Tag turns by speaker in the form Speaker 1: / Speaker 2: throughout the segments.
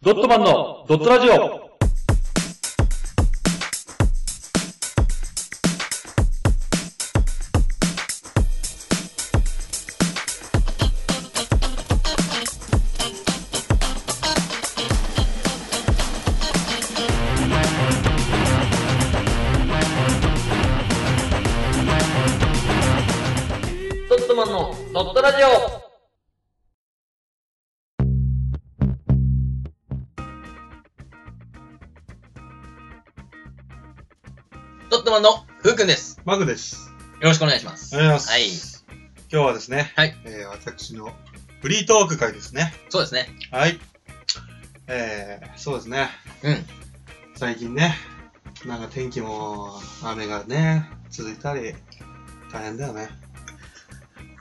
Speaker 1: ドットマンのドットラジオ
Speaker 2: ドットマンのドットラジオドットマンのふうくんです。
Speaker 3: マグです。
Speaker 2: よろしくお願いします。
Speaker 3: お願いします。
Speaker 2: はい。
Speaker 3: 今日はですね、
Speaker 2: はい
Speaker 3: えー私のフリートーク会ですね。
Speaker 2: そうですね。
Speaker 3: はい。えー、そうですね。
Speaker 2: うん。
Speaker 3: 最近ね、なんか天気も雨がね、続いたり、大変だよね。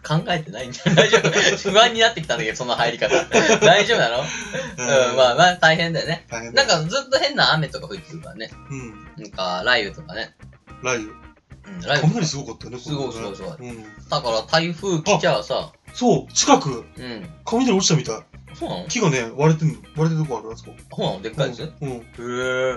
Speaker 2: 考えてない んじゃ大丈夫不安になってきたんだけど、その入り方。 大丈夫なのうん、まあまあ大変だよね。
Speaker 3: 大変だ
Speaker 2: なんか
Speaker 3: よ
Speaker 2: ずっと変な雨とか降ってくるからね。
Speaker 3: うん。
Speaker 2: なんか雷雨とかね。
Speaker 3: 雷雨。
Speaker 2: うん、雷
Speaker 3: か
Speaker 2: 雨
Speaker 3: なりすごかったよね、
Speaker 2: すごい
Speaker 3: この間ね
Speaker 2: すごいす
Speaker 3: うん。
Speaker 2: だから台風来ちゃうさ。
Speaker 3: そう、近く、
Speaker 2: うん。
Speaker 3: 雷落ちたみたい。
Speaker 2: そうなの
Speaker 3: 木がね、割れてんの。割れてるとこある、あそこ。
Speaker 2: そうなのでっかいやつへ
Speaker 3: うん。うん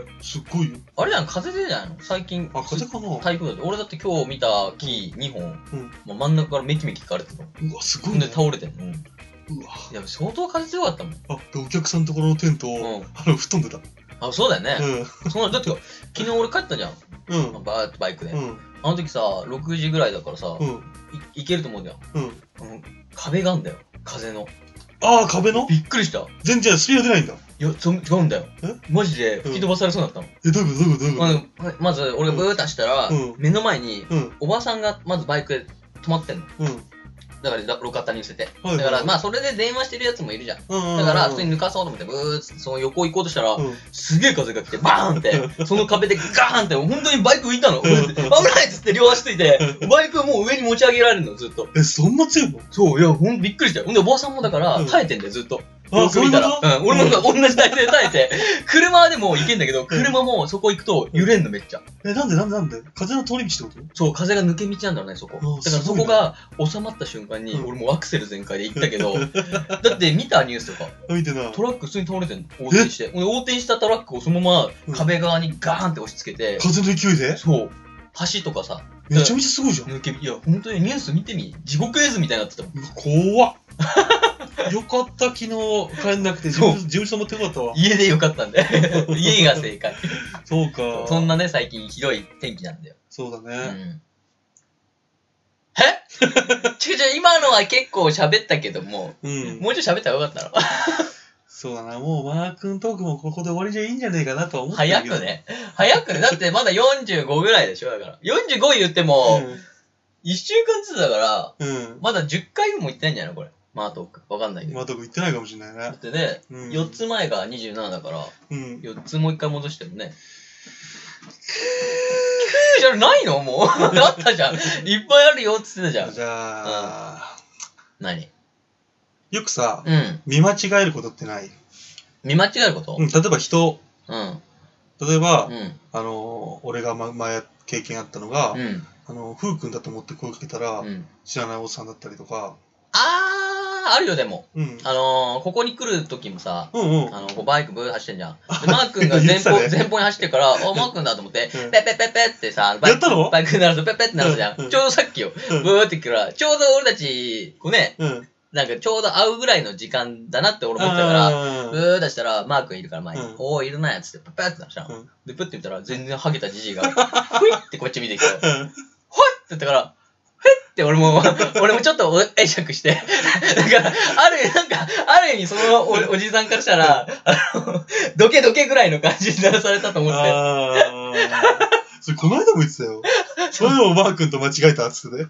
Speaker 2: え。
Speaker 3: すっごいよ。
Speaker 2: あれじゃん、風でじゃないの最近。
Speaker 3: あ、風かな
Speaker 2: 台風だって。俺だって今日見た木2本、
Speaker 3: うん
Speaker 2: もう真ん中からメキメキかれてたもん。
Speaker 3: うわ、すご
Speaker 2: ほ
Speaker 3: い
Speaker 2: んで
Speaker 3: ね。
Speaker 2: 倒れてんの。うん。いう
Speaker 3: わ。
Speaker 2: や、相当風強かったもん。
Speaker 3: あ、で、お客さんのところのテントを、
Speaker 2: うん。
Speaker 3: あの、吹っ飛んでた。
Speaker 2: あ、そうだよね。
Speaker 3: うん。
Speaker 2: そうだって、昨日俺帰ったじゃん。
Speaker 3: うん。
Speaker 2: バーってバイクで。
Speaker 3: うん。
Speaker 2: あの時さ、6時ぐらいだからさ、
Speaker 3: う
Speaker 2: い
Speaker 3: ん。
Speaker 2: 行けると思うんだよ。
Speaker 3: うん。
Speaker 2: あの壁があんだよ。風の。
Speaker 3: ああ、壁の
Speaker 2: びっくりした。い
Speaker 3: 全然スピード出ないんだ。
Speaker 2: や、そ違うんだよ
Speaker 3: え。
Speaker 2: マジで吹き飛ばされそうになったの。
Speaker 3: え、どういうことどういうことどういうこ
Speaker 2: まあまず、俺がブーッと走ったら、
Speaker 3: うん
Speaker 2: 目の前に、
Speaker 3: とうん。
Speaker 2: おばさんがまずバイクで止まってんの。
Speaker 3: うん。
Speaker 2: だからだ路肩に寄せて。
Speaker 3: はいはい
Speaker 2: だからまあそれで電話してるやつもいるじゃん。
Speaker 3: うん。
Speaker 2: だから普通に抜かそうと思ってブーッつってその横行こうとしたら、
Speaker 3: うん。うん。
Speaker 2: すげえ風が来てバーンって、その壁でガーンって本当にバイク浮いた の。危ないっつって両足ついて、バイクもう上に持ち上げられるのずっと。
Speaker 3: え、そんな強いの
Speaker 2: そう、いやほんとびっくりしたよ。ほんでおばさんもだから
Speaker 3: うん
Speaker 2: 耐えてんだよずっと。
Speaker 3: あ
Speaker 2: よく見た
Speaker 3: そういうこ
Speaker 2: ら。うん、俺もなんか同じ体勢で耐えて、車はでも行けんだけど、車もそこ行くと揺れんのめっちゃ。
Speaker 3: え、なんでなんでなんで風の通り道ってこ
Speaker 2: そう、風が抜け道なんだろうね、そこ。
Speaker 3: ああ
Speaker 2: だから
Speaker 3: す
Speaker 2: そ
Speaker 3: ごいね
Speaker 2: こが収まった瞬間に、
Speaker 3: うん
Speaker 2: 俺もうアクセル全開で行ったけ ど、だって見たニュースとか、
Speaker 3: と見てな。
Speaker 2: トラック普通に倒れてんの、横転して。ほんで横転したトラックをそのま
Speaker 3: うん
Speaker 2: ま壁側にガーンって押し付けて、
Speaker 3: 風の勢いで
Speaker 2: そう、橋とかさ、
Speaker 3: めちゃめちゃすごいじゃん。
Speaker 2: 抜け、いや、本当にニュース見てみ、地獄絵図みたいになってたもん。
Speaker 3: うわ怖っ。 よかった、昨日帰んなくて、事
Speaker 2: そう
Speaker 3: 務事務所持ってこかったわ。
Speaker 2: 家でよかったん で、家が正解。
Speaker 3: そうか。
Speaker 2: そん。なね、最近ひどい天気なんだよ。
Speaker 3: そう
Speaker 2: う
Speaker 3: だね。
Speaker 2: ん。え違う違う、今のは結構喋ったけども、
Speaker 3: うん。
Speaker 2: もうちょい喋ったらよかったの
Speaker 3: そうだな、もうマー君トークもここで終わりじゃいいんじゃねえかなとは思って
Speaker 2: 早
Speaker 3: るけど。
Speaker 2: くね。早くね。だってまだ45ぐらいでしょだから。45言っても、1週間ずつだから、
Speaker 3: うん。うん。
Speaker 2: まだ10回も行ってないんじゃないのこれ。マートーク。わかんないけど。
Speaker 3: まだ僕行ってないかもしれない
Speaker 2: だ
Speaker 3: ね
Speaker 2: っ。てね、
Speaker 3: うん
Speaker 2: 4つ前が27だから、
Speaker 3: うん。
Speaker 2: 4つもう1回戻してもね。9じゃないのもう。 あった じゃん。いっぱいあるよっつってたじゃん
Speaker 3: じ。ゃあ、
Speaker 2: 何
Speaker 3: よくさ、
Speaker 2: うん。
Speaker 3: 見間違えることってない、
Speaker 2: 見間違えること
Speaker 3: うん、例えば人、
Speaker 2: うん。
Speaker 3: 例えば、
Speaker 2: うん。
Speaker 3: あの、俺が、ま、前経験あったのが、
Speaker 2: うん。
Speaker 3: あの、ふうくんだと思って声かけたら、
Speaker 2: うん。
Speaker 3: 知らないおっさんだったりとか、
Speaker 2: あー、あるよでも。
Speaker 3: うん。
Speaker 2: あのー、ここに来る時もさ、
Speaker 3: うんうん。
Speaker 2: あの、こうバイクブー走ってんじゃん。でマー君が
Speaker 3: 言
Speaker 2: 前
Speaker 3: ってた
Speaker 2: 方、
Speaker 3: ね
Speaker 2: 前方に走ってから、あ、マー君だと思って、
Speaker 3: うん
Speaker 2: ペッペッペッペッってさ、バイ
Speaker 3: やったの
Speaker 2: バイク鳴らすとペッペッって鳴らすじゃん。
Speaker 3: うん
Speaker 2: ちょうどさっきよ、
Speaker 3: う
Speaker 2: ブ
Speaker 3: ん。
Speaker 2: ーって来るから、ちょうど俺たち、こうね、
Speaker 3: うん。
Speaker 2: なんかちょうど会うぐらいの時間だなって俺思ってたから、
Speaker 3: あ
Speaker 2: ブ
Speaker 3: ー
Speaker 2: ー出したら、マー君いるから前に、
Speaker 3: うん
Speaker 2: おー、いるなやつって、ペッペッって鳴らしたの。
Speaker 3: うん
Speaker 2: で、プッて見たら、全然ハゲたじじいが、ふいってこっち見てきて、ほいって
Speaker 3: うん
Speaker 2: 言ったから、ふいって俺も、 俺もちょっとお会釈して、だから、ある意味、なんか、ある意味、そのおおじさんからしたら、あの、どけどけぐらいの感じにならされたと思って。
Speaker 3: あーそれこの間も言ってたよ。それでもマー君と間違えたっつってね。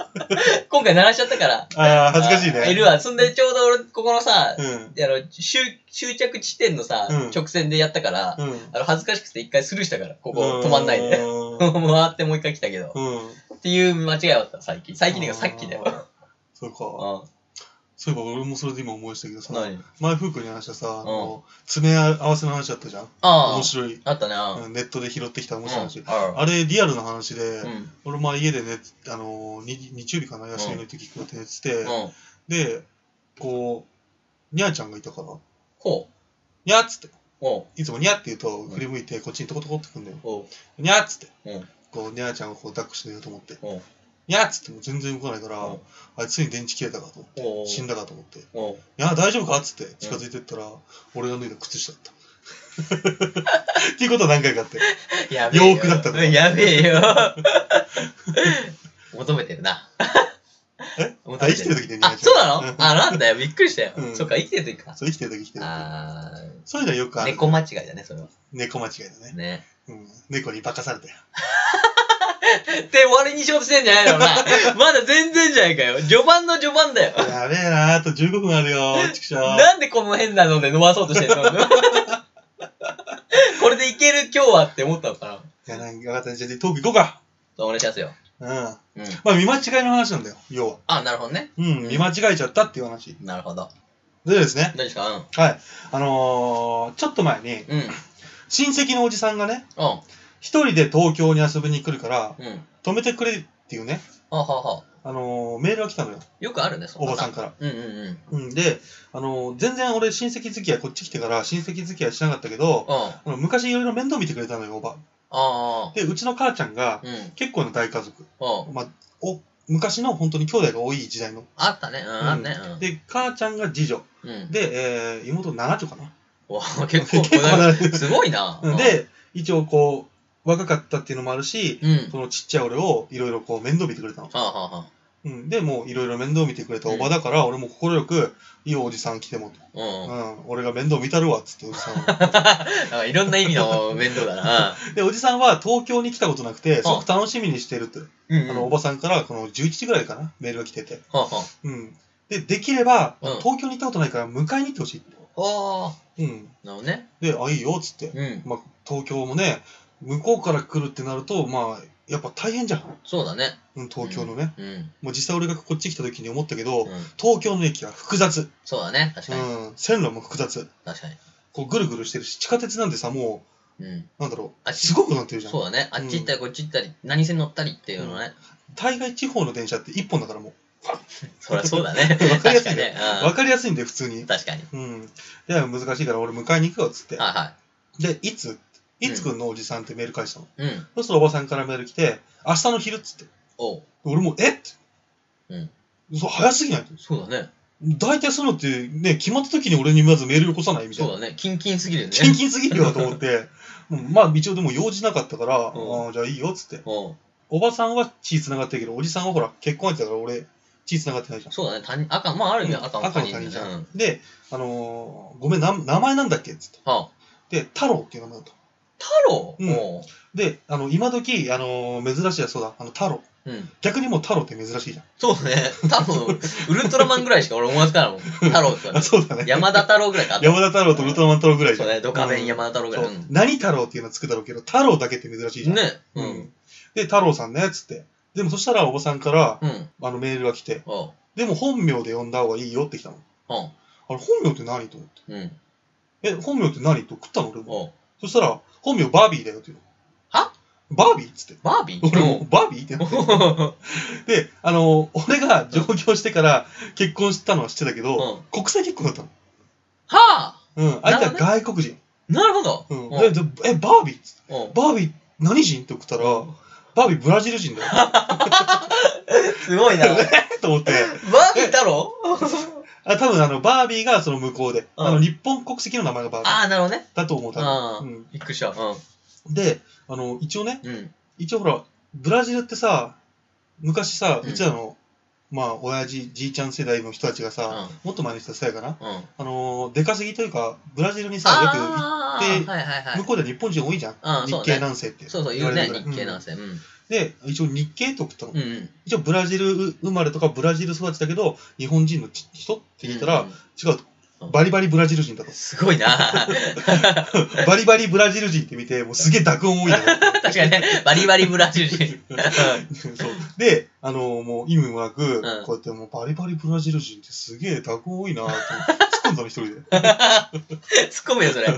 Speaker 2: 今回鳴らしちゃったから。
Speaker 3: ああ、恥ずかしい
Speaker 2: あ
Speaker 3: ね。
Speaker 2: いるわ。そんで、ちょうど俺、ここのさ、
Speaker 3: うん。
Speaker 2: あの、終終着地点のさ、
Speaker 3: うん
Speaker 2: 直線でやったから、
Speaker 3: うん。
Speaker 2: あの、恥ずかしくて一回スルーしたから、こ
Speaker 3: こ
Speaker 2: こ止まんないで。
Speaker 3: う
Speaker 2: 回
Speaker 3: ん。
Speaker 2: って もう一回来たけど。
Speaker 3: うん
Speaker 2: っていう間違いだった、最近。最近っていうかさっきだよ。
Speaker 3: そう
Speaker 2: う
Speaker 3: か。
Speaker 2: ん。
Speaker 3: そういえば俺もそれで今思い出したけどさ、
Speaker 2: 何
Speaker 3: 前、フー君に話したさ、あの爪合わせの話あったじゃん。
Speaker 2: あ
Speaker 3: 面白い。
Speaker 2: あ。あったね。うん
Speaker 3: ネットで拾ってきた面白い話。
Speaker 2: うん
Speaker 3: あれ、リアルな話で、
Speaker 2: うん。
Speaker 3: 俺、まあ、家でね、あのに日曜日かな、休みの時、こうやって寝てて、
Speaker 2: うん。
Speaker 3: で、こう、にゃーちゃんがいたから、
Speaker 2: こ
Speaker 3: にゃーっつって、
Speaker 2: う。おう
Speaker 3: いつもニャって言うと、振り向いて、こっちにトコトコってくんだよ。
Speaker 2: おう
Speaker 3: ニャっつって、
Speaker 2: おう
Speaker 3: こう、ニャーちゃんをこう抱っこしてあげようと思って、
Speaker 2: おう
Speaker 3: ニャっつっても全然動かないから
Speaker 2: うん、
Speaker 3: あいつついに電池切れたかと思って、
Speaker 2: おう
Speaker 3: 死んだかと思って、
Speaker 2: おう
Speaker 3: いや、大丈夫かっつって近づいてったら、俺が脱いだ靴下だった。 っていうことは何回かあって。
Speaker 2: やべえよ
Speaker 3: 洋服だったの
Speaker 2: やべえよ 求めてるな
Speaker 3: え
Speaker 2: 求め
Speaker 3: あ、生きてる時で
Speaker 2: あそうなの
Speaker 3: あ
Speaker 2: あなんだよびっくりしたよ、
Speaker 3: うん
Speaker 2: そっか生きてる時か
Speaker 3: そう、生きてる時生きてる時。
Speaker 2: あ
Speaker 3: そういうのはよく
Speaker 2: ー
Speaker 3: ある。
Speaker 2: 猫間違いだねそれは
Speaker 3: 猫間違いだね。
Speaker 2: ね
Speaker 3: うん。猫に化かされたよ。
Speaker 2: で終わりにしようとしてんじゃない のなまだ全然じゃないかよ序盤の序盤だよ
Speaker 3: やべえなあと15分あるよ、ちくしょう。
Speaker 2: なんでこの変なので飲まそうと してんのこれでいける今日はって思ったのかない
Speaker 3: や、なんか分かった。じゃあ、トーク行こうか。
Speaker 2: お願いしますよ。
Speaker 3: うん。ま
Speaker 2: うん。
Speaker 3: あ、見間違いの話なんだよ、要は。
Speaker 2: あ、なるほどね。
Speaker 3: うん、見間違えちゃったっていう話。
Speaker 2: なるほど。
Speaker 3: でですね、
Speaker 2: 大丈夫ですかうん。
Speaker 3: はい。あのー、ちょっと前に、
Speaker 2: うん。
Speaker 3: 親戚のおじさんがね、
Speaker 2: あ、
Speaker 3: 一人で東京に遊びに来るから、
Speaker 2: うん。
Speaker 3: 止めてくれっていうね、
Speaker 2: あはは。
Speaker 3: あのーメールが来たのよ、
Speaker 2: よくあるね、そ
Speaker 3: おばさん
Speaker 2: パ
Speaker 3: から。
Speaker 2: ターン。うんうんうん。うん。
Speaker 3: うん、で、あのー全然俺親戚付き合い、こっち来てから親戚付き合いしなかったけど、
Speaker 2: あ
Speaker 3: あの昔いろいろ面倒見てくれたのよ、おば。
Speaker 2: あ。
Speaker 3: で、うちの母ちゃんが
Speaker 2: うん。うん。
Speaker 3: 結構な大家族。まあ、お昔の本当に兄弟が多い時代の。
Speaker 2: あったね。うん。あったね。
Speaker 3: で、母ちゃんが次女。
Speaker 2: うん。うん。
Speaker 3: で、えー妹7女かな。
Speaker 2: お結構、
Speaker 3: 結構な
Speaker 2: すごいな。
Speaker 3: うん、で、一応こう、若かったっていうのもあるし、
Speaker 2: うん、うん。
Speaker 3: そのちっちゃい俺をいろいろこう面倒見てくれたの。
Speaker 2: はあはあはあ。
Speaker 3: うん、で、もういろいろ面倒見てくれたおばだから、俺も快く、いいおじさん来てもと。
Speaker 2: うん。
Speaker 3: う
Speaker 2: なん
Speaker 3: ん、俺が面倒見たるわっつっておじさん は
Speaker 2: かいろんな意味の面倒だ な。
Speaker 3: でおじさんは東京に来たことなくてすごく楽しみにしてるって、
Speaker 2: うん。
Speaker 3: あのお
Speaker 2: ば
Speaker 3: ばさんからこの11時ぐらいかなメールが来てて、
Speaker 2: はあは
Speaker 3: うん、でできれば、
Speaker 2: うん
Speaker 3: 東京に行ったことないから迎えに行ってほしい、
Speaker 2: あ。あ
Speaker 3: うん、
Speaker 2: あ。なるほどね。
Speaker 3: であいいよっつって、
Speaker 2: うん。
Speaker 3: まあ、東京もね向こうから来るってなるとまあやっぱ大変じゃん、
Speaker 2: そうだね。
Speaker 3: うん、東京のね、
Speaker 2: うん。
Speaker 3: もう実際俺がこっち来た時に思ったけど、
Speaker 2: うん。
Speaker 3: 東京の駅は複雑、
Speaker 2: そうだね。確
Speaker 3: う
Speaker 2: かに。
Speaker 3: ん、線路も複雑
Speaker 2: 確かに。
Speaker 3: こうぐるぐるしてるし地下鉄なんてさも
Speaker 2: うん。
Speaker 3: うなんだろ
Speaker 2: あ
Speaker 3: うすごくなってるじゃん
Speaker 2: そうだね。あっち行ったり、こっち行ったり、何線乗ったりっていうのね。
Speaker 3: 大概地方の電車って一本だからもう
Speaker 2: そりゃそうだね。
Speaker 3: わかり
Speaker 2: 確
Speaker 3: やす
Speaker 2: か
Speaker 3: い
Speaker 2: に
Speaker 3: ね
Speaker 2: ね。。
Speaker 3: わかりやすいんで、普通に
Speaker 2: うん。確かに。
Speaker 3: うん。いや、難しいから俺迎えに行くよ、っつって。
Speaker 2: はいは
Speaker 3: で、いついつくんのおじさんってメール返したの。
Speaker 2: い。うん。
Speaker 3: そしたらおばさんからメール来て、明日の昼っつって。
Speaker 2: おう。
Speaker 3: 俺も、えって。
Speaker 2: うん。
Speaker 3: そう、早すぎない
Speaker 2: そうだね。
Speaker 3: 大体そういうのって、ね、決まった時に俺にまずメールよこさないみたい
Speaker 2: そう
Speaker 3: な。
Speaker 2: だね。キンキンすぎるよね。
Speaker 3: キンキンすぎるよと思 って。うんまあ、一応でも用事なかったから、あ
Speaker 2: ん
Speaker 3: ーじゃあいいよ、っつって。
Speaker 2: おう。
Speaker 3: おばさんは血繋がってるけど、おじさんはほら、結婚相手だから俺、血繋がってないじゃん。
Speaker 2: そうだね。他人、赤、まあある意味赤の他人だね。
Speaker 3: じゃ
Speaker 2: うんん。。
Speaker 3: で、あのーごめん、な名前なんだっけっつって。
Speaker 2: はあ。
Speaker 3: で、太郎っていう名前だと。
Speaker 2: 太郎
Speaker 3: うん
Speaker 2: おう。
Speaker 3: で、あの、今時、あのー珍しいや、そうだ、あの、太郎。
Speaker 2: うん。
Speaker 3: 逆にもう太郎って珍しいじゃん。
Speaker 2: そうだね。太郎、ウルトラマンぐらいしか俺思わず からもん。太郎って言われ
Speaker 3: あ、
Speaker 2: て
Speaker 3: そうだね。
Speaker 2: 山田太郎ぐらいか。
Speaker 3: 山田太郎とウルトラマン太郎ぐらいじ
Speaker 2: そ
Speaker 3: ゃ。
Speaker 2: うんね。ドカベン山田太郎ぐらい。
Speaker 3: そう
Speaker 2: う
Speaker 3: 何太郎っていうのはつくだろうけど、太郎だけって珍しいじゃ
Speaker 2: ん
Speaker 3: ん。
Speaker 2: ね。う
Speaker 3: う
Speaker 2: んん。。
Speaker 3: で、太郎さんね、つって。でもそしたらおばさんから、
Speaker 2: うん。
Speaker 3: あの、メールが来て、
Speaker 2: おう。
Speaker 3: でも本名で呼んだ方がいいよって来たの。
Speaker 2: おう。
Speaker 3: あれ、本名って何と思って。
Speaker 2: うん。
Speaker 3: え、本名って何と食ったの俺も。
Speaker 2: おう。
Speaker 3: そしたら、本名バービーだよって言うの。
Speaker 2: は
Speaker 3: バービーっつって。
Speaker 2: バービー
Speaker 3: 俺 も、バービーってなって。
Speaker 2: おう
Speaker 3: で、あの、俺が上京してから結婚したのは知ってたけ
Speaker 2: う
Speaker 3: ど
Speaker 2: ん、
Speaker 3: 国際結婚だったの。
Speaker 2: はあ
Speaker 3: うん。相手
Speaker 2: なる
Speaker 3: は
Speaker 2: ほど
Speaker 3: 外国人。
Speaker 2: なるほど。
Speaker 3: うん
Speaker 2: お
Speaker 3: で
Speaker 2: う
Speaker 3: でえ、バービーっつって
Speaker 2: おう
Speaker 3: バービー何人って送ったら、バービーブラジル人だよ。
Speaker 2: すごいな。バー
Speaker 3: えっと思って。
Speaker 2: ビー太郎
Speaker 3: あ、多分あの、バービーがその向こうで。
Speaker 2: うん
Speaker 3: あの、日本国籍の名前がバービー
Speaker 2: ああ、なるほどね。
Speaker 3: だと思う、多
Speaker 2: う
Speaker 3: 分。
Speaker 2: びっくりした。うん。
Speaker 3: うんで、あの、一応ね、
Speaker 2: うん。
Speaker 3: 一応ほら、ブラジルってさ、昔さ、
Speaker 2: うん
Speaker 3: うちらの、まあ、親父、じいちゃん世代の人たちがさ、もっと前の人たち世代かな。
Speaker 2: うん。
Speaker 3: あの、出稼ぎというか、ブラジルにさ、よく行っ
Speaker 2: あ
Speaker 3: よ
Speaker 2: ー
Speaker 3: く行って
Speaker 2: はいはいは
Speaker 3: 向
Speaker 2: い。
Speaker 3: こうでは日本人多いじゃん。
Speaker 2: うんそう
Speaker 3: 日
Speaker 2: ね
Speaker 3: 系男性って。
Speaker 2: そうそう、言うね、
Speaker 3: 言われるぐら
Speaker 2: 日
Speaker 3: い
Speaker 2: 系なんですね。うん。
Speaker 3: で、一応日系と送ったの。
Speaker 2: うんうん。
Speaker 3: 一応ブラジル生まれとかブラジル育ちだけど、日本人の人って聞いたら、
Speaker 2: うんうん、
Speaker 3: 違うと。バリバリブラジル人だと。
Speaker 2: すごいな
Speaker 3: バリバリブラジル人って見て、もうすげえ濁音多いな。
Speaker 2: 確かにね、バリバリブラジル人。
Speaker 3: そうで、あのもう意味もなく、
Speaker 2: ん
Speaker 3: こうやってもうバリバリブラジル人ってすげえ濁音多いなと思って突っ込んだの一 人で。
Speaker 2: 突っ込めよ、そ れ。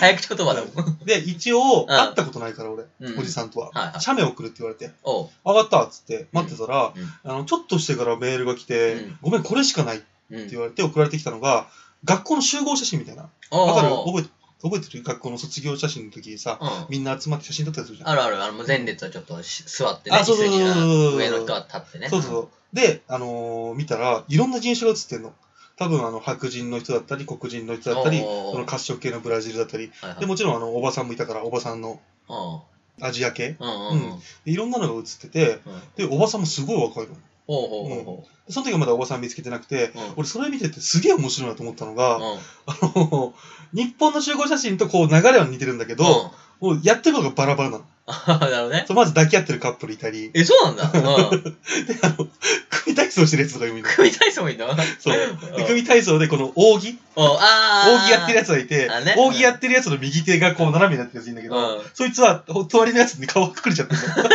Speaker 2: 早口言葉だもん。
Speaker 3: で、一応、
Speaker 2: ん
Speaker 3: 会ったことないから俺、
Speaker 2: うん
Speaker 3: おじさんとは。
Speaker 2: はいはい。
Speaker 3: 写メ送るって言われて、
Speaker 2: おう。
Speaker 3: 分かったっつって待ってたら、
Speaker 2: う
Speaker 3: あのちょっとしてからメールが来て、
Speaker 2: うん
Speaker 3: ごめん、これしかないって
Speaker 2: ん。うん
Speaker 3: 言われて送られてきたのが、学校の集合写真みたいな。
Speaker 2: おう
Speaker 3: わかる
Speaker 2: おう
Speaker 3: 覚えて覚えてる学校の卒業写真の時さ、
Speaker 2: うん。
Speaker 3: みんな集まって写真撮ったりするじゃん。
Speaker 2: あるある、あの、もう前列はちょっとし座ってね、
Speaker 3: あそうそうそうそう
Speaker 2: 椅子にな
Speaker 3: そうそうそう
Speaker 2: 上の人は立ってね。
Speaker 3: そうそうそう。で、あのー見たら、いろんな人種が写ってんの。多分、あの、白人の人だったり、黒人の人だったり、
Speaker 2: おー
Speaker 3: その褐色系のブラジルだったり、
Speaker 2: はいはい
Speaker 3: でもちろん、あの、おばさんもいたから、おばさんのアジア系。
Speaker 2: うんうんうんうん。
Speaker 3: でいろんなのが写ってて、
Speaker 2: うん
Speaker 3: で、おばさんもすごい若いの。
Speaker 2: ほうほうほうほ
Speaker 3: でその時はまだおばさん見つけてなくて、
Speaker 2: う。うん
Speaker 3: 俺、それ見ててすげえ面白いなと思ったのが、
Speaker 2: うん
Speaker 3: あの 日本の集合写真とこう流れは似てるんだけど、
Speaker 2: ん
Speaker 3: もうやってることがバラバラなの。
Speaker 2: あなるほどね。
Speaker 3: そうまず抱き合ってるカップルいたり、
Speaker 2: え、そうなんだ。うん。
Speaker 3: で、あの、組体操してるやつとかいるの。
Speaker 2: 組体操もいいんだ。
Speaker 3: そう。
Speaker 2: うん
Speaker 3: で組体操でこの扇、
Speaker 2: おあー
Speaker 3: 扇やってるやつがいて
Speaker 2: あね、
Speaker 3: 扇やってるやつの右手がこう斜めになってるやついるんだけど、
Speaker 2: うん
Speaker 3: そいつはほ隣のやつに顔隠れちゃってるの。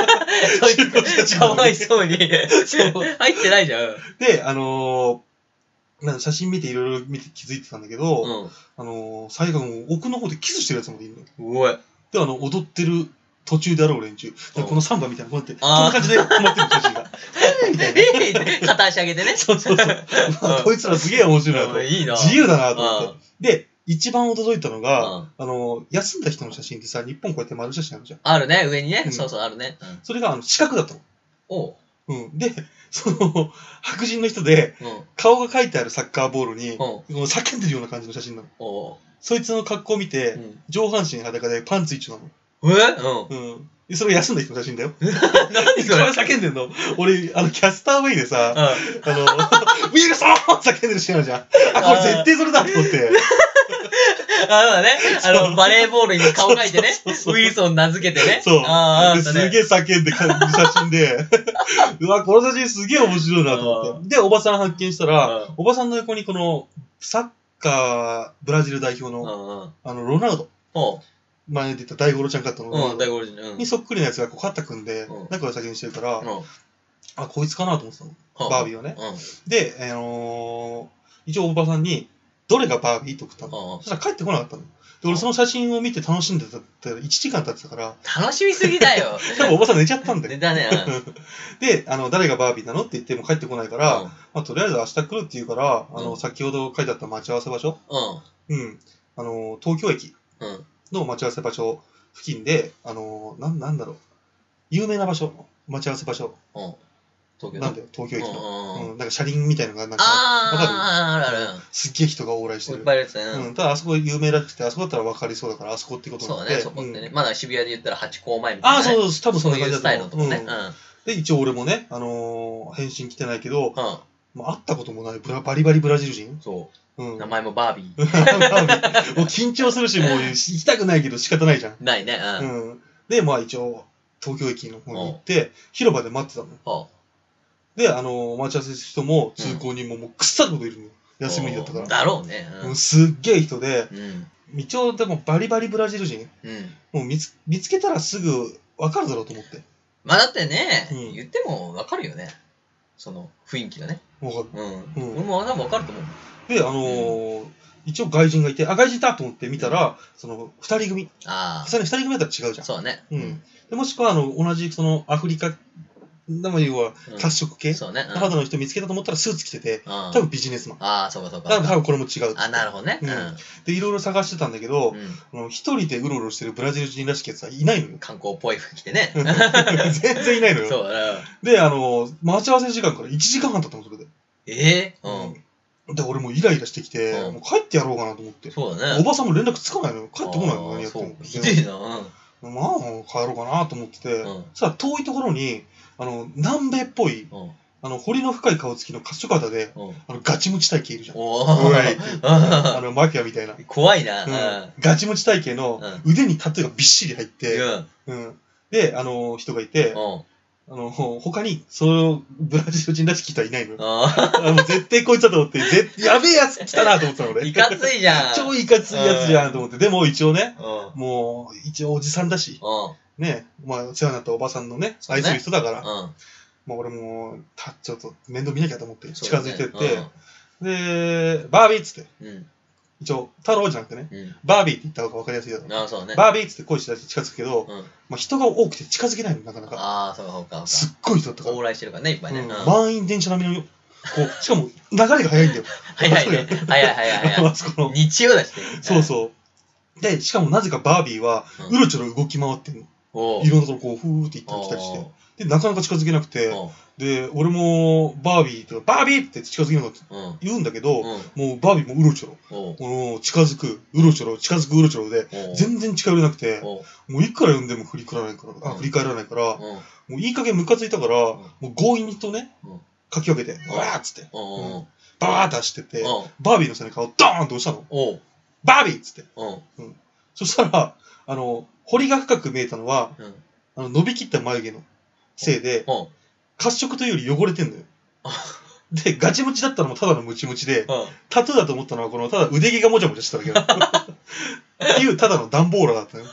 Speaker 2: そいつかわいそうに。 入ってないじゃん。
Speaker 3: で、あのーなんか写真見ていろいろ見て気づいてたんだけど、
Speaker 2: うん。
Speaker 3: あのー最後の奥の方でキスしてるやつもいるのよ。
Speaker 2: うわ。
Speaker 3: で、あの、踊ってる途中であろう連中。だからこのサンバみたいな、こうやって、こん
Speaker 2: あ
Speaker 3: な
Speaker 2: ー
Speaker 3: 感じで止まってる写真が。
Speaker 2: えい片足上げてね。
Speaker 3: そうそうそう。まあこいつらすげえ面白いなと。
Speaker 2: いいな。
Speaker 3: 自由だなと思
Speaker 2: う
Speaker 3: って。で、一番驚いたのが、
Speaker 2: んうん
Speaker 3: あの、休んだ人の写真ってさ、日本こうやって丸写真あるじゃん。
Speaker 2: あるね、上にね
Speaker 3: う。ん
Speaker 2: そうそう、あるね。
Speaker 3: それが、あの、四角だったの。
Speaker 2: おう。
Speaker 3: うん。で、その、白人の人で、
Speaker 2: うん。
Speaker 3: 顔が書いてあるサッカーボールに、こ
Speaker 2: おう。
Speaker 3: の叫んでるような感じの写真なの。
Speaker 2: おう。
Speaker 3: そいつの格好を見て、
Speaker 2: うん
Speaker 3: 上半身裸でパンツ一丁なの。
Speaker 2: え うん。
Speaker 3: うん。で、それが休んだ人の写真だよ。
Speaker 2: 何そ
Speaker 3: こ
Speaker 2: れ
Speaker 3: れ叫んでんの俺、あの、キャスターウェイでさ、
Speaker 2: うん
Speaker 3: あの、ウィルソン叫んでるシーンあるじゃん。あ、これ絶対それだと思って。
Speaker 2: あのね、あ
Speaker 3: そ
Speaker 2: の、
Speaker 3: う
Speaker 2: バレーボールに顔描いてね、ウィルソン名付けてね。
Speaker 3: そう。
Speaker 2: あーあー、
Speaker 3: ですすげえ叫んで、か写真で。 うわ、この写真すげえ面白いなと思って。で、おばさん発見したら、
Speaker 2: うん
Speaker 3: おばさんの横にこの、サッカー、ブラジル代表
Speaker 2: うんう
Speaker 3: の、
Speaker 2: ん。
Speaker 3: あの、ロナウド、
Speaker 2: おう。
Speaker 3: 前に出た大五郎ちゃんかったの、ロナ
Speaker 2: う
Speaker 3: ウ
Speaker 2: ん、
Speaker 3: ド
Speaker 2: 大五郎人。うん
Speaker 3: に。そっくりなやつがこう肩組んで
Speaker 2: うん、
Speaker 3: 仲良さげにしてるから、
Speaker 2: うん
Speaker 3: あ、こいつかなと思ってたの。バービーはね。
Speaker 2: うん。
Speaker 3: で、あのー一応おばさんに、どれがバービーと送った
Speaker 2: うん
Speaker 3: のそしたら帰ってこなかったの。で、俺その写真を見て楽しんでたって、1時間経ってたから、
Speaker 2: 楽しみすぎだ よ。
Speaker 3: 多分おばさん寝ちゃったんだよ
Speaker 2: ネ。タね。うん
Speaker 3: で、あの、誰がバービーなのって言っても帰ってこないから、 まあ、とりあえず明日来るって言うから、あの、
Speaker 2: うん
Speaker 3: 先ほど書いてあった待ち合わせ場所、
Speaker 2: う
Speaker 3: うん、あの、東京駅
Speaker 2: ん。うん。
Speaker 3: の待ち合わせ場所付近で、あの、なんなんだろう、有名な場所、待ち合わせ場所、
Speaker 2: うん。東京
Speaker 3: なんだよ、東京駅の。
Speaker 2: うんうん
Speaker 3: うん、なんか車輪みたいなのが、なんか、わか
Speaker 2: あー、あるあるあ
Speaker 3: るすっげえ人が往来して
Speaker 2: る。いっ
Speaker 3: る。
Speaker 2: ぱいあるやつね。
Speaker 3: うん、ただあそこ有名らしくて、あそこだったら分かりそうだから、あそこってことに
Speaker 2: そ
Speaker 3: な
Speaker 2: う
Speaker 3: っ
Speaker 2: だ
Speaker 3: て。
Speaker 2: ね、そこって
Speaker 3: う
Speaker 2: ね。
Speaker 3: ん
Speaker 2: まだ渋谷で言ったらハチ公前みたいな。
Speaker 3: ああ、そう
Speaker 2: う。
Speaker 3: そう、多分そん
Speaker 2: そう
Speaker 3: な感
Speaker 2: い
Speaker 3: じ
Speaker 2: う
Speaker 3: だ
Speaker 2: ス
Speaker 3: と
Speaker 2: タイ
Speaker 3: 思
Speaker 2: ル
Speaker 3: う
Speaker 2: のとこね。うん。
Speaker 3: うん
Speaker 2: うん。
Speaker 3: で、一応俺もね、あのー返信来てないけど、まあ、会ったこともないブラバリバリブラジル人、
Speaker 2: そ
Speaker 3: うん
Speaker 2: う。名、前もバービー。
Speaker 3: もう緊張するし、もう行きたくないけど仕方ないじゃん。
Speaker 2: ないね。う。
Speaker 3: うんん。で、まあ一応、東京駅の方に行って、広場で待ってたの。
Speaker 2: ほ
Speaker 3: で、あのー待ち合わせする人も、通行人ももうくっさるほどいるの。
Speaker 2: う
Speaker 3: 休みだったか
Speaker 2: うん
Speaker 3: ら。
Speaker 2: だろうね。
Speaker 3: うんすっげえ人で、
Speaker 2: うん。うん。
Speaker 3: 一応でもバリバリブラジル人、
Speaker 2: うん。
Speaker 3: もう見つ見つけたらすぐわかるだろうと思って。
Speaker 2: まあだってね、
Speaker 3: うん
Speaker 2: 言ってもわかるよね。その雰囲気がね。
Speaker 3: わかる。
Speaker 2: うん。
Speaker 3: うん
Speaker 2: 俺も多分わかると思う。
Speaker 3: で、あのー一応外人がいて、あ、外人だと思って見たら、その、二人組。
Speaker 2: あ
Speaker 3: さらに二人組だったら違うじ
Speaker 2: あ。
Speaker 3: ゃん。
Speaker 2: そうだね。
Speaker 3: うん。でもしくは、あの、同じ、その、アフリカ、でも要は、
Speaker 2: うん
Speaker 3: 褐色系、
Speaker 2: そうね。うん
Speaker 3: 肌の人見つけたと思ったらスーツ着てて、
Speaker 2: うん
Speaker 3: 多分ビジネスマン。
Speaker 2: ああ、そうかそうか。
Speaker 3: だから多分これも違う。
Speaker 2: あ、なるほどね。
Speaker 3: うん
Speaker 2: う
Speaker 3: で、いろいろ探してたんだけど
Speaker 2: ん。、うん。
Speaker 3: あの一人でうろうろしてるブラジル人らしきやつはいないのよ
Speaker 2: 観光っぽい服着てね。
Speaker 3: 全然いないの よ。
Speaker 2: そうだな。
Speaker 3: で、あの、待ち合わせ時間から1時間半経ったの、それで。
Speaker 2: ええうん。
Speaker 3: うんで、俺もうイライラしてきて、
Speaker 2: うん
Speaker 3: もう帰ってやろうかなと思って。
Speaker 2: そう
Speaker 3: お
Speaker 2: だね。
Speaker 3: ばさんも連絡つかないのよ。帰ってこないの
Speaker 2: あー
Speaker 3: 何やって
Speaker 2: そ
Speaker 3: も
Speaker 2: う。。ひでえな。うん。
Speaker 3: まあ、帰ろうかなと思ってて、
Speaker 2: うん
Speaker 3: さあ、遠いところに、あの、南米っぽい、
Speaker 2: うん。
Speaker 3: あの、堀の深い顔つきの褐色肌で、
Speaker 2: うん。
Speaker 3: あの、ガチムチ体型いるじゃん。
Speaker 2: お
Speaker 3: おい
Speaker 2: ー
Speaker 3: あの、マフィアみたいな。
Speaker 2: 怖いな。
Speaker 3: うんガチ持ち体型の腕にタトゥーがびっしり入っ
Speaker 2: うん。
Speaker 3: て、うんで、あの人がいて、
Speaker 2: うん。うん。
Speaker 3: あの他にそのブラジル人らしき人はいないのよ。
Speaker 2: あ
Speaker 3: あの絶対こいつだと思って、ぜやべえやつ来たなと思ってたの
Speaker 2: ー
Speaker 3: ね
Speaker 2: い。かついじゃん。
Speaker 3: 超いかついやつじゃんと思って、でも一応ね、
Speaker 2: うん。うん。
Speaker 3: もう一応おじさんだし、ね、まあ、世話になったおばさんのね、
Speaker 2: そう
Speaker 3: 愛
Speaker 2: ね
Speaker 3: する人だから、
Speaker 2: うん。
Speaker 3: まあ、俺もたちょっと面倒見なきゃと思って
Speaker 2: そう
Speaker 3: 近
Speaker 2: だ
Speaker 3: づ
Speaker 2: ね
Speaker 3: いてって、で、バービーっつって、
Speaker 2: うん。うん
Speaker 3: 一応、太郎じゃなくてね、
Speaker 2: うん。
Speaker 3: バービーって言った方が分かりやすいだろう。
Speaker 2: ああ、そうだね。
Speaker 3: バービーっつって声して近づくけど、
Speaker 2: うん。
Speaker 3: まあ、人が多くて近づけないの、なかなか。
Speaker 2: ああ、そうかそうか。
Speaker 3: すっごい人だったから。
Speaker 2: 往来してるからね、いっぱいね。
Speaker 3: う
Speaker 2: うんん。
Speaker 3: 満員電車並みの、こう、しかも流れが速いんだよ。
Speaker 2: 早いね。早い早い
Speaker 3: あ
Speaker 2: 早い。
Speaker 3: そこの。
Speaker 2: 日曜だしね。
Speaker 3: そうそう。で、しかもなぜかバービーは、
Speaker 2: うん
Speaker 3: うろちょろ動き回ってんの。
Speaker 2: おう
Speaker 3: いろんなとここう、ふーって行ったり来たりして。で、なかなか近づけなくて、
Speaker 2: おう
Speaker 3: で、俺も、バービーとか、バービーって近づけなかった
Speaker 2: うんうん
Speaker 3: 言うんだけど、
Speaker 2: うん
Speaker 3: もうバービーもうろちょろ。
Speaker 2: おう
Speaker 3: この、近づく、うろちょろ、近づくうろちょろで、
Speaker 2: おう
Speaker 3: 全然近寄れなくて、
Speaker 2: おう
Speaker 3: もういくら読んでも振り返らないから、あ、
Speaker 2: うん
Speaker 3: 振り返らないから、も
Speaker 2: うん
Speaker 3: ういい加減ムカついたから、
Speaker 2: ん
Speaker 3: もう強引とね
Speaker 2: うん、
Speaker 3: かき分けて、うわーっつって、
Speaker 2: おう
Speaker 3: バーって走ってって、
Speaker 2: おう
Speaker 3: バービーの背中をドーンって押したの。
Speaker 2: おう
Speaker 3: バービーっつって。
Speaker 2: おう
Speaker 3: そしたら、あの、堀が深く見えたのは、
Speaker 2: うん
Speaker 3: あの伸びきった眉毛のせいで、
Speaker 2: おう
Speaker 3: 褐色というより汚れ てんのよ
Speaker 2: あ。
Speaker 3: で、ガチムチだったのもただのムチムチで、
Speaker 2: うん
Speaker 3: タトゥーだと思ったのは、このただ腕毛がもちゃもちゃしてただけなの。っていう、ただの段ボーラーだったのよ。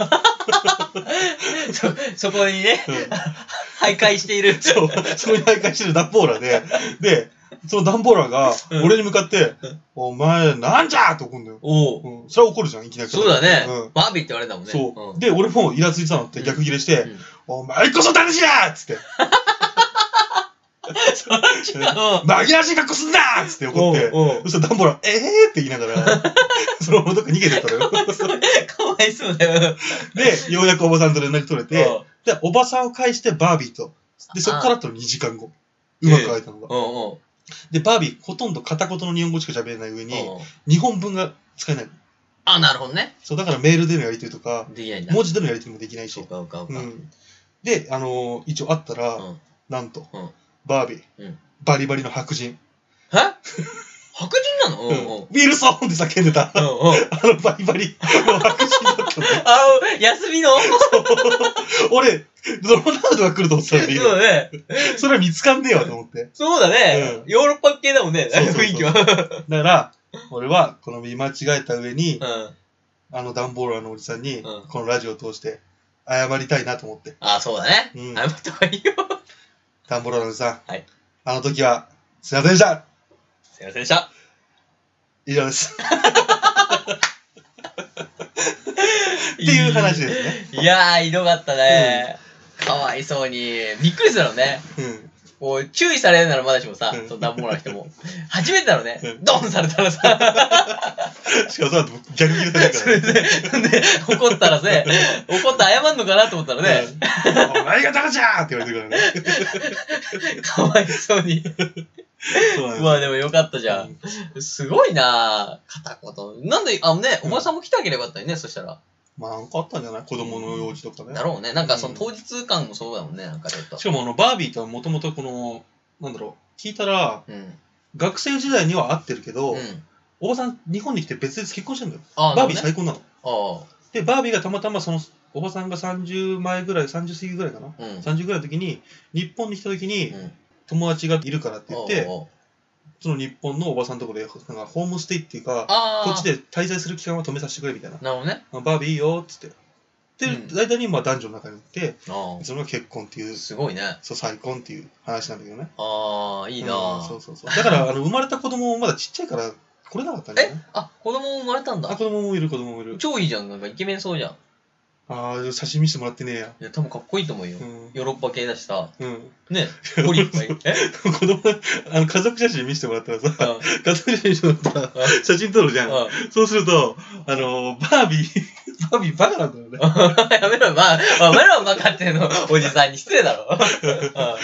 Speaker 2: そそこにね
Speaker 3: うん
Speaker 2: 徘徊している
Speaker 3: そう、そこに徘徊してる段ボーラーで、で、その段ボーラーが
Speaker 2: うん
Speaker 3: 俺に向かって
Speaker 2: うん、
Speaker 3: お前、なんじゃーって怒るんだよ。
Speaker 2: おう
Speaker 3: うん、それは怒るじゃん、いきなり。
Speaker 2: そうだね
Speaker 3: うん
Speaker 2: バービーって言われたもんね
Speaker 3: そう。
Speaker 2: ん
Speaker 3: で、俺もイラついてたのって逆切れして、
Speaker 2: うん
Speaker 3: お前こそ誰じゃーっつって、
Speaker 2: そら違う
Speaker 3: 紛らわしい格好すんなーっつって怒って、
Speaker 2: おうおう
Speaker 3: そしたらダンボラ、えーって言いながら、 そのままどっか逃げてったのよ。
Speaker 2: かわいそうだよ
Speaker 3: で、ようやくおばさんと連絡取れて、
Speaker 2: お
Speaker 3: で、おばさんを介してバービーと。で、そっからと2時間後。うまく会えたのが。
Speaker 2: うんうん
Speaker 3: で、バービー、ほとんど片言の日本語しか喋れない上に、
Speaker 2: うん
Speaker 3: 日本文が使えない。
Speaker 2: あなるほどね
Speaker 3: そう、だからメールでのやり取りとか、
Speaker 2: できないんだ
Speaker 3: 文字でのやり取りもできない
Speaker 2: そ
Speaker 3: し
Speaker 2: う。かそうかそう
Speaker 3: う
Speaker 2: か
Speaker 3: ん。で、あのー一応会ったら、
Speaker 2: うん
Speaker 3: なんと、
Speaker 2: うん
Speaker 3: バービー、
Speaker 2: うん
Speaker 3: バリバリの白人、
Speaker 2: え白人なのうんうん
Speaker 3: ウィルソンって叫んでた、
Speaker 2: うんうん
Speaker 3: あのバリバリ の白人だったの。
Speaker 2: あ休みの
Speaker 3: 俺、ロナウドが来ると思ってたのに、
Speaker 2: そうだね。
Speaker 3: それは見つかんねえわと思って。
Speaker 2: そうだね。
Speaker 3: う
Speaker 2: ヨーロッパ系だもんね、
Speaker 3: そうそうそ
Speaker 2: 雰
Speaker 3: う
Speaker 2: 囲気は。う
Speaker 3: だから、俺は、この見間違えた上に、
Speaker 2: ん。
Speaker 3: あのダンボーラーのおじさんに、
Speaker 2: うん
Speaker 3: このラジオを通して、謝りたいなと思って。
Speaker 2: あ、そうだね。
Speaker 3: うん
Speaker 2: 謝った方がいいよ。
Speaker 3: ダンボーラーのおじさん、
Speaker 2: はい
Speaker 3: あの時は、すいませんでした
Speaker 2: すいませんでした。
Speaker 3: 以上です。っていう話ですね。
Speaker 2: いやー、ひどかったね。かわいそうに。びっくりするだろうね。
Speaker 3: うん。
Speaker 2: こう、注意されるならまだしもさ
Speaker 3: う、ん
Speaker 2: その段ボーラーの人も。初めてだろうね
Speaker 3: う。ん
Speaker 2: ドンされたらさ、
Speaker 3: しかもその後、逆切れされた
Speaker 2: そ
Speaker 3: か
Speaker 2: れで、
Speaker 3: ら。
Speaker 2: で、怒ったらね、怒って謝んのかなと思ったらね、
Speaker 3: うんお前が高じゃーって言われてるからね。
Speaker 2: かわいそうに。
Speaker 3: そうなん
Speaker 2: まあでもよかったじゃ。
Speaker 3: うん
Speaker 2: すごいなぁ。片言。なんで、あのね、
Speaker 3: う
Speaker 2: お
Speaker 3: ん
Speaker 2: ばさんも来てあげればよかったよね、そしたら。
Speaker 3: まあ、なんかあったんじゃない子供の用事とかね。
Speaker 2: だろうね。なんかその
Speaker 3: うん
Speaker 2: 当日感もそうだもんね、なんかちょっと
Speaker 3: し。かもあのバービーとはもともとこのなんだろう聞いたら
Speaker 2: うん。
Speaker 3: 学生時代には会ってるけど、
Speaker 2: うん。
Speaker 3: おばさん日本に来て別々結婚してんだよ
Speaker 2: ああ、
Speaker 3: バービー
Speaker 2: なる
Speaker 3: 最高なの
Speaker 2: ほ
Speaker 3: でバービーがたまたまそのおばさんが30前ぐらい30過ぎぐらいかな、
Speaker 2: どね
Speaker 3: 30ぐらいの時に日本に来た時に、
Speaker 2: ああ。うん。うん。
Speaker 3: 友達がいるからって言って、
Speaker 2: おうおう
Speaker 3: その日本のおばさんのとこでなんかホームステイっていうか
Speaker 2: ああ。
Speaker 3: こっち。で滞在する期間は止めさせてくれみたいな、
Speaker 2: なるほどね。
Speaker 3: まあバービーいいよっつってで、
Speaker 2: うん
Speaker 3: 間にまあ男女の中に行って
Speaker 2: あ
Speaker 3: それが結婚ってい
Speaker 2: あ。
Speaker 3: う
Speaker 2: すごいね。
Speaker 3: そう再婚っていう話なんだけどね
Speaker 2: ああ、いいな
Speaker 3: うんそ
Speaker 2: ぁ
Speaker 3: う。そうそうだからあの生まれた子供もまだちっちゃいから来れなかったんじゃ
Speaker 2: え
Speaker 3: ない
Speaker 2: あ、子供生まれたん
Speaker 3: あ
Speaker 2: だ。
Speaker 3: 子供もいる子供もいる
Speaker 2: 超いいじゃん。なんかイケメンそうじゃん。
Speaker 3: ああ刺身してもらってねえや
Speaker 2: いや、多分かっこいいと思うよ
Speaker 3: う。ん、
Speaker 2: ヨーロッパ系だしさ。
Speaker 3: うん、
Speaker 2: ね。ポリいっぱい。え
Speaker 3: 子供あの家族写真見せてもらったら
Speaker 2: う
Speaker 3: さ
Speaker 2: ん
Speaker 3: 家族写真見せてもらったら写真撮るじゃん
Speaker 2: うん。
Speaker 3: そうするとあのバー ビーバービーバカなんだよね
Speaker 2: やめろよ、まあ、お前らも分かってんの、おじさんに失礼だ ろ。
Speaker 3: バ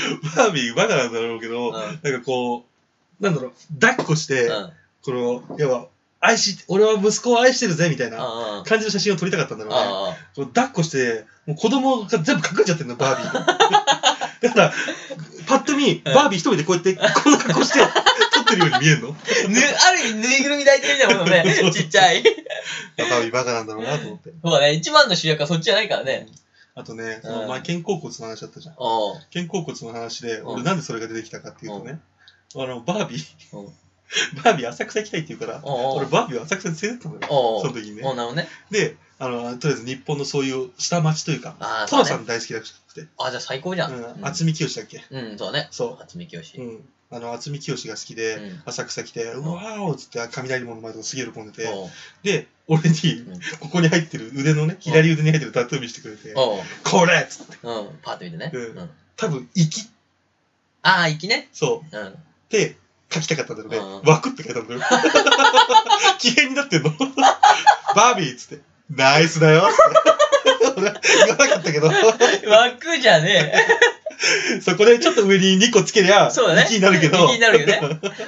Speaker 3: ービーバカなんだろうけど
Speaker 2: う
Speaker 3: なんかこうなんだろう抱っこして、
Speaker 2: ん。うん。うん。
Speaker 3: この要は愛し俺は息子を愛してるぜみたいな
Speaker 2: あ
Speaker 3: 感じの写真を撮りたかったんだろうね
Speaker 2: あ。
Speaker 3: こう抱っこして、もう子供が全部隠れちゃってるの、バービ ーが。だから、パッと見、
Speaker 2: うん
Speaker 3: バービー一人でこうやって、この格好して、撮ってるように見える の。
Speaker 2: ぬ、ある意味ぬいぐるみ抱いてるみたいなもん だもんね。ちっちゃい。
Speaker 3: バービーバカなんだろうなと思って。
Speaker 2: そうだね、一番の主役はそっちじゃないからね。
Speaker 3: あとね、
Speaker 2: うん
Speaker 3: その前、肩甲骨の話だったじゃん。
Speaker 2: おう
Speaker 3: 肩甲骨の話で、
Speaker 2: う
Speaker 3: 俺
Speaker 2: ん
Speaker 3: なんでそれが出てきたかっていうとね、あの、バー
Speaker 2: う
Speaker 3: ビー、 バービー浅草行きたいって言うから、
Speaker 2: おうお
Speaker 3: 俺
Speaker 2: う
Speaker 3: バービーを浅草に連れてったのよ。
Speaker 2: おう
Speaker 3: その時に
Speaker 2: お
Speaker 3: ね。
Speaker 2: うなのね。
Speaker 3: で、あの、とりあえず日本のそういう下町というか、
Speaker 2: ああ、そ
Speaker 3: 寅
Speaker 2: う
Speaker 3: さ
Speaker 2: だね。
Speaker 3: ん大好きらしくて、
Speaker 2: あ、じゃあ最高じゃん。
Speaker 3: うん、渥美清だっけ
Speaker 2: うん、そうだね。
Speaker 3: そう。
Speaker 2: 初見清
Speaker 3: う
Speaker 2: 志。
Speaker 3: ん、あの渥美清が好きで、
Speaker 2: うん
Speaker 3: 浅草来て「うわーお!」っつって雷門の前とかすげえ喜んでて
Speaker 2: おう
Speaker 3: で俺に
Speaker 2: うん
Speaker 3: ここに入ってる腕のね左腕に入ってるタトゥー見せてくれて
Speaker 2: おう
Speaker 3: 「これ!」っつって
Speaker 2: うん、パート見てね。
Speaker 3: うん
Speaker 2: うん。
Speaker 3: 多分「き
Speaker 2: ああ、行きね。
Speaker 3: そう
Speaker 2: うん。
Speaker 3: って書きたかったんだろうね
Speaker 2: うん
Speaker 3: 「枠」って書いたんだよ機嫌になってんの バービーっつってナイスだよ。俺言わなかったけど、
Speaker 2: 枠じゃね
Speaker 3: そこでちょっと上に2個つけりゃ、
Speaker 2: え。 そうだね。
Speaker 3: 気になるけど。
Speaker 2: 気になるよ ね。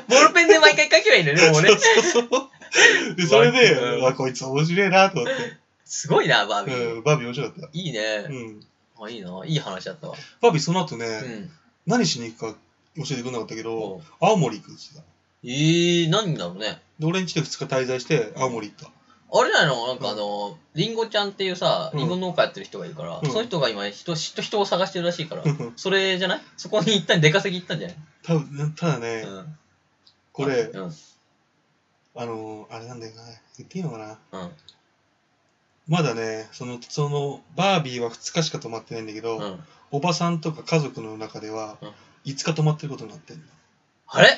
Speaker 2: ボールペンで毎回書けばいいんだよね、もうね
Speaker 3: そ。うそうそう。で、それで、
Speaker 2: うん
Speaker 3: わ、こいつ面白いなと思っ
Speaker 2: すごいな、バービ
Speaker 3: て。
Speaker 2: ー。
Speaker 3: うん、バービー面白かっ
Speaker 2: いい
Speaker 3: た。
Speaker 2: ね
Speaker 3: う。ん。
Speaker 2: あ、いいな。いい話だったわ。
Speaker 3: バービーその後ね、
Speaker 2: うん。
Speaker 3: 何しに行くか教えてくれなかったけど、
Speaker 2: おう
Speaker 3: 青森行くって言ってた。
Speaker 2: えー、何だろうね。
Speaker 3: で、俺ん家で2日滞在して、青森行った。
Speaker 2: あれなのなんかあの、りんごちゃんっていうさ、
Speaker 3: うん
Speaker 2: りんご農家やってる人がいるから、
Speaker 3: うん
Speaker 2: その人が今人、人人を探してるらしいから、それじゃないそこに行ったん出稼ぎ行ったんじゃない
Speaker 3: 多分ただね、
Speaker 2: うん。
Speaker 3: これ、
Speaker 2: うん。うん。
Speaker 3: あのー、あれなんだよな、言っていいのかな。
Speaker 2: うん。
Speaker 3: まだね、その、その、バービーは2日しか泊まってないんだけど、おばさんとか家族の中では
Speaker 2: うん、
Speaker 3: 5日泊まってることになってんの。
Speaker 2: あれ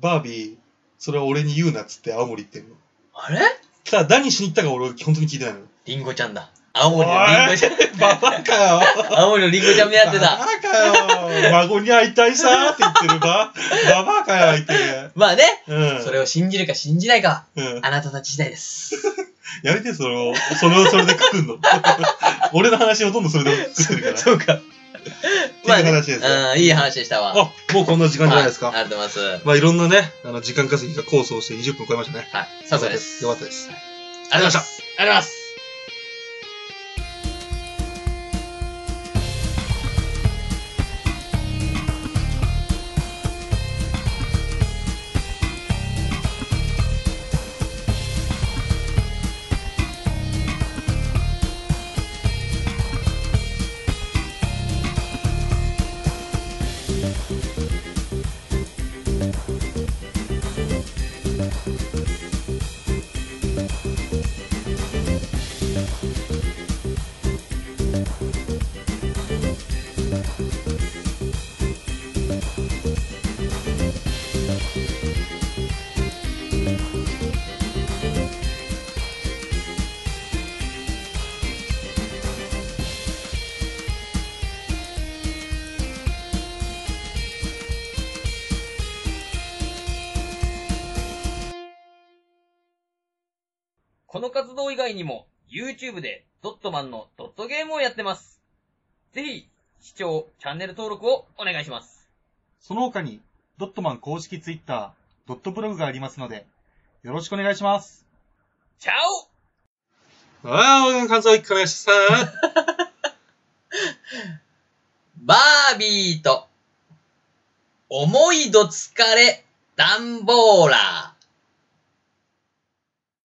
Speaker 3: バービー、それは俺に言うなっつって青森行ってんの。
Speaker 2: あれ
Speaker 3: ただ、何しに行ったか俺、本当に聞いてな いの。
Speaker 2: りんごちゃんだ。青森のりんごちゃん。
Speaker 3: ババかよ
Speaker 2: 青森のりんごちゃん目やってた。
Speaker 3: ババかよ孫に会いたいさって言ってるば。ババかよ、相手。
Speaker 2: まあね、
Speaker 3: うん。
Speaker 2: それを信じるか信じないかは、
Speaker 3: うん。
Speaker 2: あなたたち次第です。
Speaker 3: やめて、その、それをそれでくくんの。 俺の話をどんどんそれでく くってるから。
Speaker 2: そうか。まあ、
Speaker 3: ってい
Speaker 2: ね、
Speaker 3: う話ですよ
Speaker 2: うん、いい話でしたわ。
Speaker 3: あ、もうこんな時間じゃないです
Speaker 2: は
Speaker 3: か。
Speaker 2: ありがとうございます。
Speaker 3: まあ、いろんなね、あの、時間稼ぎが構想して20分超えましたね。
Speaker 2: はい、さすがです。
Speaker 3: よかったです。
Speaker 2: ありがとうございました。
Speaker 3: ありがとうございます。
Speaker 2: この活動以外にも、YouTube でドットマンのドットゲームをやってます。ぜひ、視聴、チャンネル登録をお願いします。
Speaker 4: その他に、ドットマン公式ツイッター、ドットブログがありますので、よろしくお願いします。
Speaker 2: チャオ
Speaker 3: ああ、俺の感想を聞かれました。
Speaker 2: バービーと、思いど疲れ、ダンボーラー。